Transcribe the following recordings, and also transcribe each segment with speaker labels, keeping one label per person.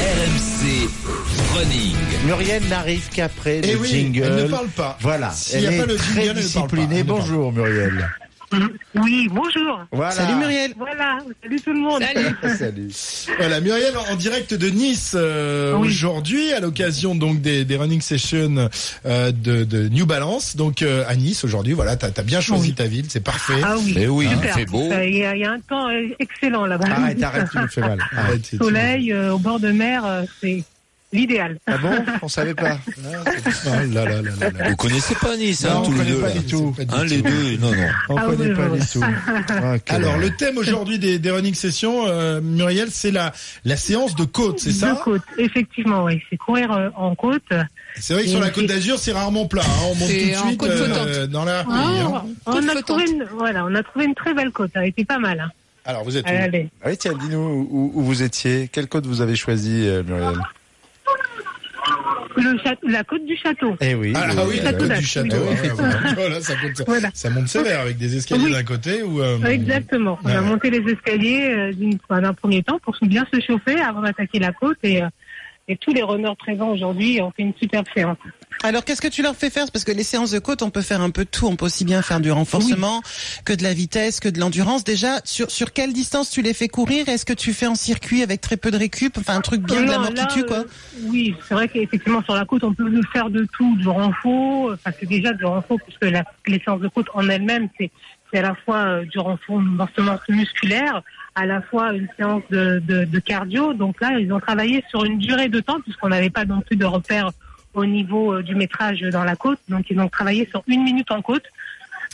Speaker 1: RMC Running.
Speaker 2: Muriel n'arrive qu'après
Speaker 3: Eh
Speaker 2: le
Speaker 3: oui,
Speaker 2: jingle.
Speaker 3: elle ne parle pas.
Speaker 2: Voilà,
Speaker 3: S'il
Speaker 2: elle
Speaker 3: n'y a
Speaker 2: est
Speaker 3: pas le jingle,
Speaker 2: très
Speaker 3: elle ne parle pas,
Speaker 2: disciplinée.
Speaker 3: elle ne parle
Speaker 2: Bonjour Muriel.
Speaker 4: Oui, bonjour.
Speaker 2: Voilà.
Speaker 5: Salut Muriel.
Speaker 4: Voilà, salut tout le monde.
Speaker 2: Salut.
Speaker 3: Voilà, Muriel en direct de Nice euh,
Speaker 4: Oui.
Speaker 3: aujourd'hui à l'occasion donc des, des running sessions euh, de, de New Balance. Donc euh, à Nice aujourd'hui, voilà, t'as as bien choisi ta ville, c'est parfait.
Speaker 4: Ah oui.
Speaker 1: Mais oui,
Speaker 4: super.
Speaker 1: il fait beau.
Speaker 4: Euh, Il y, a- il y a un temps euh, excellent là-bas.
Speaker 2: Arrête, arrête, tu nous fais mal. Arrête.
Speaker 3: Arrête, c'est-
Speaker 4: Soleil euh, au bord de mer, euh, c'est l'idéal.
Speaker 2: Ah bon On savait pas.
Speaker 3: Ah, là, là, là, là, là.
Speaker 1: Vous connaissez pas Nice,
Speaker 3: Non,
Speaker 1: hein,
Speaker 3: on
Speaker 1: tous les
Speaker 3: connaît
Speaker 1: deux.
Speaker 3: pas
Speaker 1: là.
Speaker 3: du tout.
Speaker 1: Hein, les deux, non, non.
Speaker 2: On
Speaker 4: Ah oui,
Speaker 2: connaît pas
Speaker 4: oui,
Speaker 2: du
Speaker 4: oui.
Speaker 2: tout. Ah, quelle
Speaker 3: Alors
Speaker 2: horreur.
Speaker 3: le thème aujourd'hui des, des running sessions, euh, Muriel, c'est la la séance de côte, c'est
Speaker 4: De
Speaker 3: ça
Speaker 4: côte, effectivement, oui. C'est courir euh, en côte.
Speaker 3: C'est vrai que sur la Côte d'Azur, c'est rarement plat. hein. On monte tout
Speaker 5: C'est
Speaker 3: de
Speaker 5: en
Speaker 3: suite
Speaker 5: côte
Speaker 3: dans la. hein.
Speaker 5: Ah,
Speaker 4: euh, on, a
Speaker 5: fautante.
Speaker 4: trouvé une, voilà, on a trouvé une très belle côte. Elle était pas mal. Hein.
Speaker 3: Alors vous êtes.
Speaker 4: Elle allait.
Speaker 2: Ah Oui, tiens, dis-nous où, où vous étiez. Quelle côte vous avez choisi, euh, Muriel
Speaker 3: Ah,
Speaker 4: Le châ- la côte du château.
Speaker 2: Eh oui.
Speaker 3: Ah,
Speaker 2: le-
Speaker 3: ah oui, la
Speaker 4: Château
Speaker 3: côte du
Speaker 4: d'Azur.
Speaker 3: château.
Speaker 2: Oui.
Speaker 3: Ah, voilà. Voilà, ça, monte,
Speaker 4: Voilà.
Speaker 3: ça monte sévère avec des escaliers
Speaker 4: Oui.
Speaker 3: d'un côté ou. euh,
Speaker 4: Exactement. On a
Speaker 3: Ouais.
Speaker 4: monté les escaliers euh, d'une- enfin, d'un premier temps pour bien se chauffer avant d'attaquer la côte et, euh, et tous les runners présents aujourd'hui ont fait une superbe séance.
Speaker 5: Alors qu'est-ce que tu leur fais faire Parce que les séances de côte, on peut faire un peu de tout. On peut aussi bien faire du renforcement que de la vitesse, que de l'endurance. Déjà, sur, sur quelle distance tu les fais courir Est-ce que tu fais en circuit avec très peu de récup Enfin, un truc bien de la
Speaker 4: Non,
Speaker 5: mort qui
Speaker 4: là,
Speaker 5: tue, quoi.
Speaker 4: euh, oui, c'est vrai qu'effectivement sur la côte on peut nous faire de tout, du renfort, euh, enfin c'est déjà du renfort puisque la, les séances de côte en elles-mêmes c'est c'est à la fois euh, du renfort, une renforcement musculaire, à la fois une séance de, de, de cardio. Donc là ils ont travaillé sur une durée de temps puisqu'on n'avait pas non plus de repères au niveau euh, du métrage dans la côte, donc ils ont travaillé sur une minute en côte.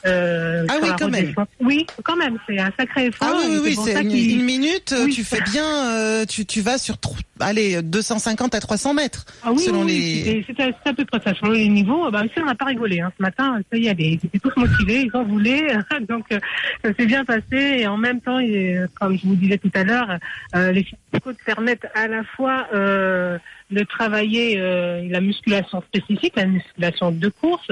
Speaker 4: euh,
Speaker 5: Ah
Speaker 4: sur
Speaker 5: oui,
Speaker 4: la
Speaker 5: quand
Speaker 4: route des
Speaker 5: même.
Speaker 4: soins. Oui, quand même, c'est un sacré effort.
Speaker 5: Ah oui,
Speaker 4: et
Speaker 5: oui, oui,
Speaker 4: pour
Speaker 5: c'est
Speaker 4: ça
Speaker 5: une,
Speaker 4: qu'ils-
Speaker 5: une minute, euh,
Speaker 4: Oui.
Speaker 5: tu fais bien, euh, tu, tu vas sur tro- allez, 250 à 300 mètres.
Speaker 4: Ah oui,
Speaker 5: selon
Speaker 4: oui,
Speaker 5: les-
Speaker 4: c'était- c'était c'était à peu près ça. Selon les niveaux, Ah bah, ici, on n'a pas rigolé. Hein. Ce matin, ça y est, ils étaient tous motivés, ils en voulaient. Donc, euh, ça s'est bien passé. Et en même temps, il est- comme je vous disais tout à l'heure, euh, les codes permettent à la fois euh, de travailler euh, la musculation spécifique, la musculation de course,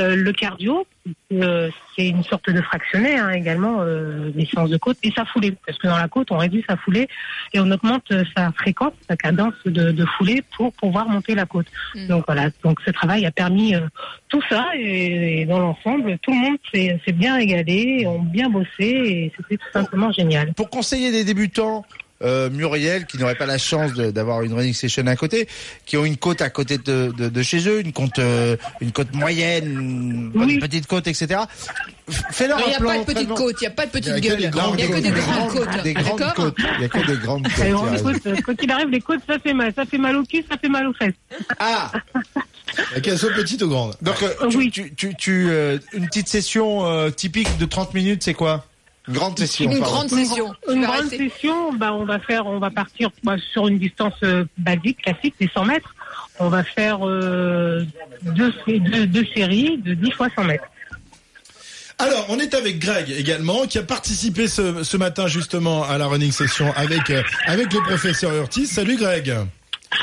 Speaker 4: euh, le cardio, euh, c'est une sorte de fractionné hein, également, euh, les séances de côte, et sa foulée. Parce que dans la côte, on réduit sa foulée et on augmente euh, sa fréquence, sa cadence de, de foulée pour pouvoir monter la côte.
Speaker 5: Mm.
Speaker 4: Donc voilà, donc ce travail a permis euh, tout ça et, et dans l'ensemble, tout le monde s'est s'est bien régalé, ont bien bossé et c'était tout simplement génial.
Speaker 2: Pour conseiller des débutants, euh, Muriel, qui n'aurait pas la chance de- d'avoir une running session à côté, qui ont une côte à côté de, de- de chez eux, une côte, euh, une côte moyenne, une bonne
Speaker 4: Oui.
Speaker 2: petite côte, etc. F- Fais-leur
Speaker 6: Non, Il n'y
Speaker 2: un
Speaker 6: a
Speaker 2: plan
Speaker 6: pas de petite
Speaker 2: d'entraînement.
Speaker 6: côte, il n'y a pas de
Speaker 3: Il y a
Speaker 6: petite
Speaker 3: que
Speaker 6: gueule. Il
Speaker 3: des
Speaker 6: n'y a
Speaker 3: grandes
Speaker 6: que des
Speaker 3: côtes.
Speaker 6: grandes côtes.
Speaker 2: Des grandes
Speaker 6: D'accord
Speaker 2: côtes. Il n'y a que des grandes côtes.
Speaker 4: Et
Speaker 2: tu
Speaker 4: on
Speaker 2: as raison.
Speaker 4: écoute, euh, quand il arrive, les côtes, ça fait mal. Ça fait mal au cul, ça fait mal aux fesses.
Speaker 2: Ah,
Speaker 3: Qu'elle soit petite ou grande.
Speaker 2: donc euh, tu,
Speaker 4: Oui.
Speaker 2: tu, tu, tu, euh, une petite session euh, typique de 30 minutes, c'est quoi Une grande session.
Speaker 6: Une
Speaker 2: pardon.
Speaker 6: grande session. Je
Speaker 4: Une
Speaker 6: vais
Speaker 4: grande
Speaker 6: arrêter.
Speaker 4: session, bah, on va faire, on va partir bah, sur une distance euh, basique, classique, des 100 mètres. On va faire euh, deux, deux, deux séries de 10 fois 100 mètres.
Speaker 3: Alors, on est avec Greg également, qui a participé ce, ce matin justement à la running session avec, euh, avec le professeur Urtis. Salut Greg.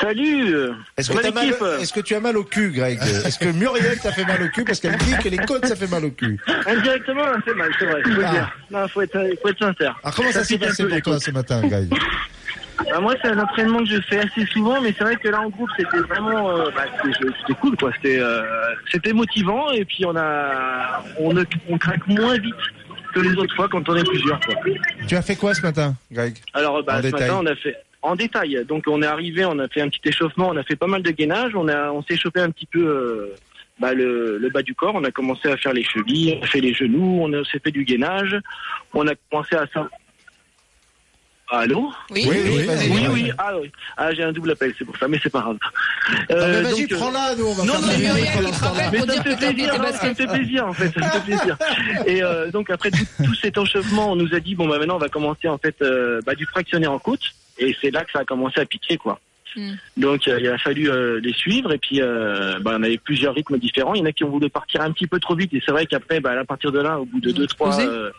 Speaker 7: Salut
Speaker 2: Est-ce que,
Speaker 7: Bonne
Speaker 2: t'as mal,
Speaker 7: équipe.
Speaker 2: est-ce que tu as mal au cul, Greg Est-ce que Muriel t'a fait mal au cul Parce qu'elle dit que les côtes, ça fait mal au cul.
Speaker 7: Indirectement, là, c'est mal, c'est vrai, faut le
Speaker 2: Ah.
Speaker 7: dire. Non, faut être, faut être sincère.
Speaker 2: Alors, comment ça,
Speaker 7: Ça
Speaker 2: s'est
Speaker 7: pique un
Speaker 2: passé
Speaker 7: peu,
Speaker 2: pour
Speaker 7: les
Speaker 2: toi ce matin, Greg
Speaker 7: Bah, moi, c'est un entraînement que je fais assez souvent, mais c'est vrai que là, en groupe, c'était vraiment... euh, bah, c'était c'était cool, quoi. C'était euh, c'était motivant, et puis on a... On, ne- on craque moins vite que les autres fois quand on est plusieurs, quoi.
Speaker 2: Tu as fait quoi ce matin, Greg
Speaker 7: Alors, bah,
Speaker 2: En
Speaker 7: ce
Speaker 2: détail.
Speaker 7: matin, on a fait... En détail, donc on est arrivé, on a fait un petit échauffement, on a fait pas mal de gainage, on, a, on s'est chauffé un petit peu... euh, bah, le, le bas du corps, on a commencé à faire les chevilles, on a fait les genoux, on a- s'est fait du gainage, on a commencé à... sa- Allô
Speaker 6: Oui,
Speaker 2: Oui, oui,
Speaker 6: oui,
Speaker 2: vas-y.
Speaker 7: Oui,
Speaker 2: Ouais.
Speaker 7: oui, ah oui. Ah, j'ai un double appel, c'est pour ça, mais c'est pas grave. Euh,
Speaker 2: Ah, bah, Vas-y,
Speaker 7: donc, euh,
Speaker 2: prends-la, nous, on va
Speaker 7: non,
Speaker 2: faire
Speaker 7: non,
Speaker 2: ça.
Speaker 6: C'est
Speaker 7: mais-
Speaker 6: Muriel qui te rappelle
Speaker 7: mais
Speaker 6: pour dire
Speaker 7: ça me
Speaker 6: que
Speaker 7: fait
Speaker 6: t'as
Speaker 7: plaisir,
Speaker 6: tes
Speaker 7: hein, ça me
Speaker 6: baskets.
Speaker 7: fait plaisir en fait, ça me fait plaisir. Et euh, donc après tout, tout cet enchauffement, on nous a dit bon bah maintenant on va commencer en fait euh, bah, du fractionné en côte, et c'est là que ça a commencé à piquer quoi.
Speaker 6: Hmm.
Speaker 7: Donc euh, il a fallu euh, les suivre et puis euh, bah, on avait plusieurs rythmes différents. Il y en a qui ont voulu partir un petit peu trop vite et c'est vrai qu'après bah, à partir de là, au bout de
Speaker 6: Ils ont
Speaker 7: deux trois,
Speaker 6: explosé.
Speaker 7: euh,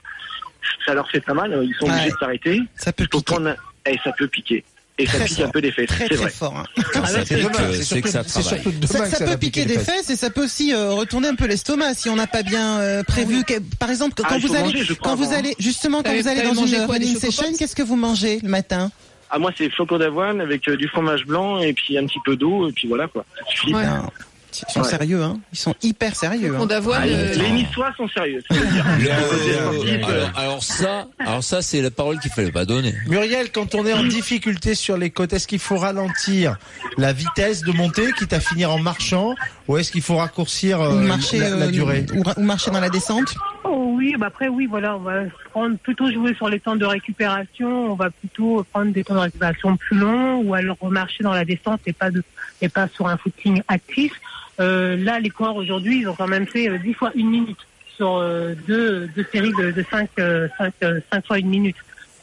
Speaker 7: ça leur fait pas mal. Ils sont
Speaker 5: Ouais.
Speaker 7: obligés de s'arrêter.
Speaker 5: Ça peut
Speaker 7: Il faut
Speaker 5: piquer
Speaker 7: prendre un- eh, ça peut piquer. Et ça
Speaker 5: Très
Speaker 7: pique
Speaker 5: fort.
Speaker 7: un peu les fesses,
Speaker 5: très
Speaker 7: c'est
Speaker 5: très
Speaker 7: vrai.
Speaker 5: fort. hein.
Speaker 1: Ça
Speaker 2: Ah, bah, C'est
Speaker 1: pique,
Speaker 2: demain,
Speaker 1: euh,
Speaker 2: c'est
Speaker 1: c'est que
Speaker 2: surtout-
Speaker 1: ça
Speaker 2: c'est
Speaker 1: travaille.
Speaker 2: surtout demain
Speaker 5: Ça,
Speaker 2: que
Speaker 5: ça
Speaker 2: ça
Speaker 5: peut
Speaker 2: va
Speaker 5: piquer
Speaker 2: piquer
Speaker 5: des
Speaker 2: les fesses.
Speaker 5: fesses et ça peut aussi euh, retourner un peu l'estomac si on n'a pas bien euh, prévu. Que- par exemple, que-
Speaker 7: Ah,
Speaker 5: quand
Speaker 7: il faut
Speaker 5: vous allez,
Speaker 7: manger, je crois,
Speaker 5: quand vous
Speaker 7: avant, hein.
Speaker 5: allez justement quand
Speaker 6: T'avais
Speaker 5: vous allez dans
Speaker 6: mangé
Speaker 5: une
Speaker 6: quoi, des
Speaker 5: running session,
Speaker 6: chocopops
Speaker 5: qu'est-ce que vous mangez le matin
Speaker 7: Ah, moi, c'est flocons d'avoine avec euh, du fromage blanc et puis un petit peu d'eau, et puis voilà quoi. Ça suffit.
Speaker 6: Ouais.
Speaker 5: Ben, ils sont
Speaker 7: Ouais.
Speaker 5: sérieux, hein. Ils sont hyper sérieux.
Speaker 6: On
Speaker 5: hein.
Speaker 6: d'avoine. euh,
Speaker 7: Les Niçois sont sérieux. ça veut dire.
Speaker 1: Euh,
Speaker 7: sportif, euh.
Speaker 1: alors, alors ça, alors ça, c'est la parole qu'il fallait pas donner.
Speaker 2: Muriel, quand on est en difficulté sur les côtes, est-ce qu'il faut ralentir la vitesse de montée, quitte à finir en marchant, ou est-ce qu'il faut raccourcir euh,
Speaker 5: Ou marcher,
Speaker 2: la, la
Speaker 5: euh,
Speaker 2: durée
Speaker 5: ou, ra- ou marcher dans la descente.
Speaker 4: Oh oui, bah après oui, voilà, on va prendre plutôt jouer sur les temps de récupération. On va plutôt prendre des temps de récupération plus longs ou alors remarcher dans la descente et pas de, et pas sur un footing actif. Euh, là, les coureurs aujourd'hui, ils ont quand même fait euh, 10 fois une minute sur euh, deux, deux séries de, euh, de 5, fois une minute.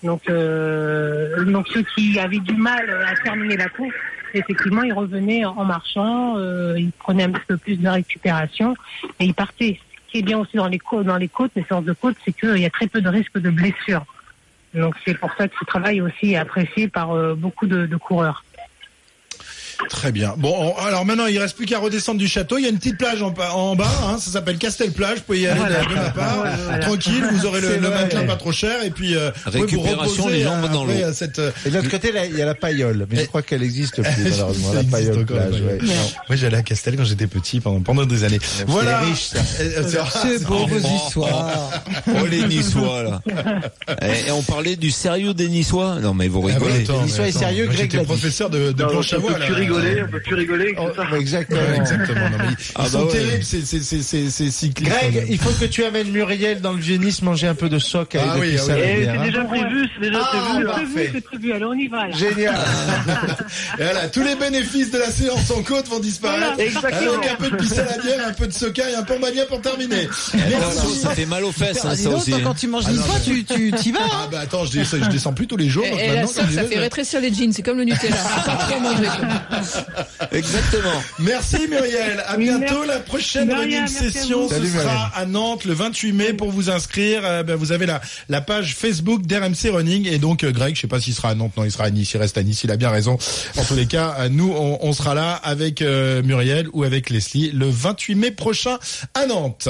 Speaker 4: Donc, euh, donc ceux qui avaient du mal à terminer la course, effectivement, ils revenaient en marchant, euh, ils prenaient un petit peu plus de récupération et ils partaient. Ce qui est bien aussi dans les côtes, dans les côtes, les séances de côtes, c'est qu'il y a très peu de risques de blessures. Donc c'est pour ça que ce travail aussi est apprécié par euh, beaucoup de, de coureurs.
Speaker 3: Très bien. Bon, on- alors maintenant, il reste plus qu'à redescendre du château. Il y a une petite plage en, pa- en bas. hein, ça s'appelle Castelplage. Vous pouvez y aller de, de ma part.
Speaker 4: Ouais, voilà.
Speaker 3: Tranquille, vous aurez le,
Speaker 2: C'est
Speaker 3: le
Speaker 2: vrai.
Speaker 3: matelas pas trop cher. Et puis, euh, vous pouvez vous
Speaker 1: Récupération,
Speaker 3: reposer,
Speaker 1: les jambes
Speaker 3: hein,
Speaker 1: dans
Speaker 3: après,
Speaker 1: l'eau.
Speaker 3: euh, cette, euh,
Speaker 2: Et de l'autre côté, là, il y a la paillole, mais je crois qu'elle Eh. existe
Speaker 3: Je
Speaker 2: plus,
Speaker 3: sais pas si
Speaker 2: malheureusement,
Speaker 3: ça
Speaker 2: la
Speaker 3: existe
Speaker 2: paillole
Speaker 3: encore, la
Speaker 2: plage,
Speaker 3: paillole.
Speaker 2: ouais.
Speaker 3: Non. Moi, j'allais à Castel quand j'étais petit pendant, pendant des années. Voilà.
Speaker 2: les riches, ça.
Speaker 3: Euh, c'est-
Speaker 5: C'est beau vos
Speaker 1: Oh.
Speaker 5: histoires.
Speaker 1: Oh les Niçois là. Et, et on parlait du sérieux des Niçois. Non mais vous
Speaker 3: Ah, bah,
Speaker 1: rigolez.
Speaker 3: attends,
Speaker 2: Il
Speaker 3: mais
Speaker 2: soit
Speaker 3: attends,
Speaker 2: sérieux,
Speaker 3: moi,
Speaker 2: Greg
Speaker 3: J'étais
Speaker 2: l'a dit.
Speaker 3: professeur de, de
Speaker 7: Non,
Speaker 3: planche à
Speaker 7: on peut
Speaker 3: voile,
Speaker 7: plus
Speaker 3: hein.
Speaker 7: rigoler, on peut plus rigoler.
Speaker 2: Oh,
Speaker 7: tout ça.
Speaker 2: bah,
Speaker 3: Ouais,
Speaker 2: exactement.
Speaker 3: exactement. non, mais ils
Speaker 1: Ah,
Speaker 3: sont
Speaker 1: bah, ouais.
Speaker 3: terribles ces, ces, ces, ces, ces cyclistes.
Speaker 2: Greg, il faut que tu amènes Muriel dans le génisse manger un peu de soc avec
Speaker 3: Ah oui,
Speaker 2: des
Speaker 3: ah oui.
Speaker 2: salades,
Speaker 7: Eh,
Speaker 2: hein.
Speaker 7: c'est déjà prévu, c'est déjà
Speaker 2: Ah,
Speaker 7: prévu.
Speaker 2: bah. Parfait.
Speaker 4: c'est prévu, alors on y va. là.
Speaker 2: Génial.
Speaker 3: Et Voilà, tous les bénéfices de la séance en côte vont disparaître.
Speaker 4: Voilà, exactement.
Speaker 3: Avec un peu de pissaladière, un peu de soca et un pambagna pour terminer.
Speaker 1: Ça,
Speaker 3: Merci.
Speaker 1: ça fait mal aux fesses hein,
Speaker 5: Ah, dis
Speaker 1: ça
Speaker 5: donc,
Speaker 1: aussi.
Speaker 5: toi,
Speaker 1: hein.
Speaker 5: quand tu manges
Speaker 3: Ah, non,
Speaker 5: niçois,
Speaker 3: mais-
Speaker 5: tu tu- t'y vas. hein.
Speaker 3: Ah bah attends, je, descends- je descends plus tous les jours. donc
Speaker 6: Et, et la
Speaker 3: maintenant, quand
Speaker 6: sauce,
Speaker 3: j'y
Speaker 6: ça
Speaker 3: vais,
Speaker 6: fait
Speaker 3: je-
Speaker 6: rétrécir les jeans. C'est comme le Nutella. Faut pas trop manger.
Speaker 1: Exactement.
Speaker 3: Merci Muriel. À bientôt.
Speaker 4: Merci.
Speaker 3: La prochaine
Speaker 4: De rien,
Speaker 3: running
Speaker 4: merci à
Speaker 3: session,
Speaker 4: vous.
Speaker 3: ce
Speaker 2: Salut, Muriel.
Speaker 3: sera à Nantes le 28 mai. Pour vous inscrire, euh, ben, vous avez la, la page Facebook d'RMC Running. Et donc, euh, Greg, je sais pas s'il sera à Nantes. Non, il sera à Nice. Il reste à Nice. Il a bien raison. En tous les cas, euh, nous, on, on sera là avec euh, Muriel ou avec Leslie le 28 mai prochain à Nantes.